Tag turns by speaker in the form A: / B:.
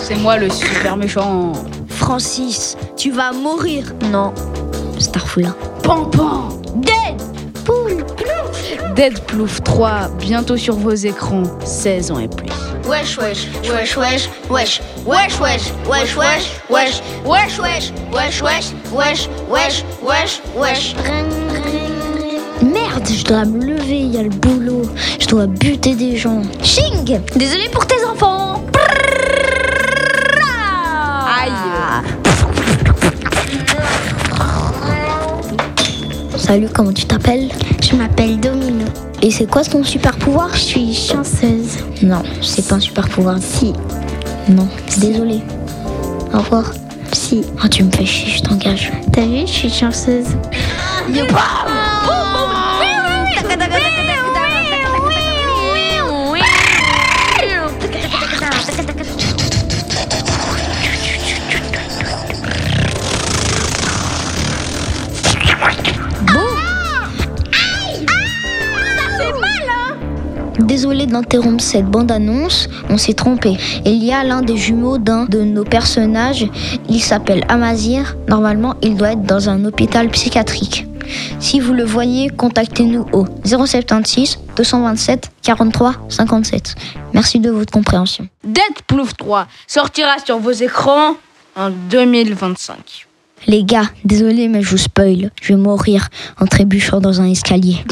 A: c'est moi le super méchant.
B: Francis, tu vas mourir. Non. Starfouille.
A: Pampan
B: Dead Poule
A: Dead Plouf 3, bientôt sur vos écrans, 16 ans et plus.
C: Wesh wesh wesh wesh wesh wesh wesh wesh wesh wesh wesh wesh wesh wesh wesh wesh wesh wesh
B: Merde, je dois me lever, il y a le boulot. Je dois buter des gens. Ching Désolé pour tes enfants Aïe Salut, comment tu t'appelles
D: Je m'appelle Domino.
B: Et c'est quoi ton super pouvoir
D: Je suis chanceuse.
B: Non, c'est pas un super pouvoir.
D: Si,
B: Non, désolé.
D: au revoir. Si,
B: Ah, tu me fais chier, je t'engage.
D: t'as vu, je suis chanceuse.
B: Désolé d'interrompre cette bande-annonce, on s'est trompé. Il y a l'un des jumeaux d'un de nos personnages, il s'appelle Amazir. Normalement, il doit être dans un hôpital psychiatrique. Si vous le voyez, contactez-nous au 076 227 43 57. Merci de votre compréhension.
A: Dead Plouf 3 sortira sur vos écrans en 2025.
B: Les gars, désolé mais je vous spoil, je vais mourir en trébuchant dans un escalier.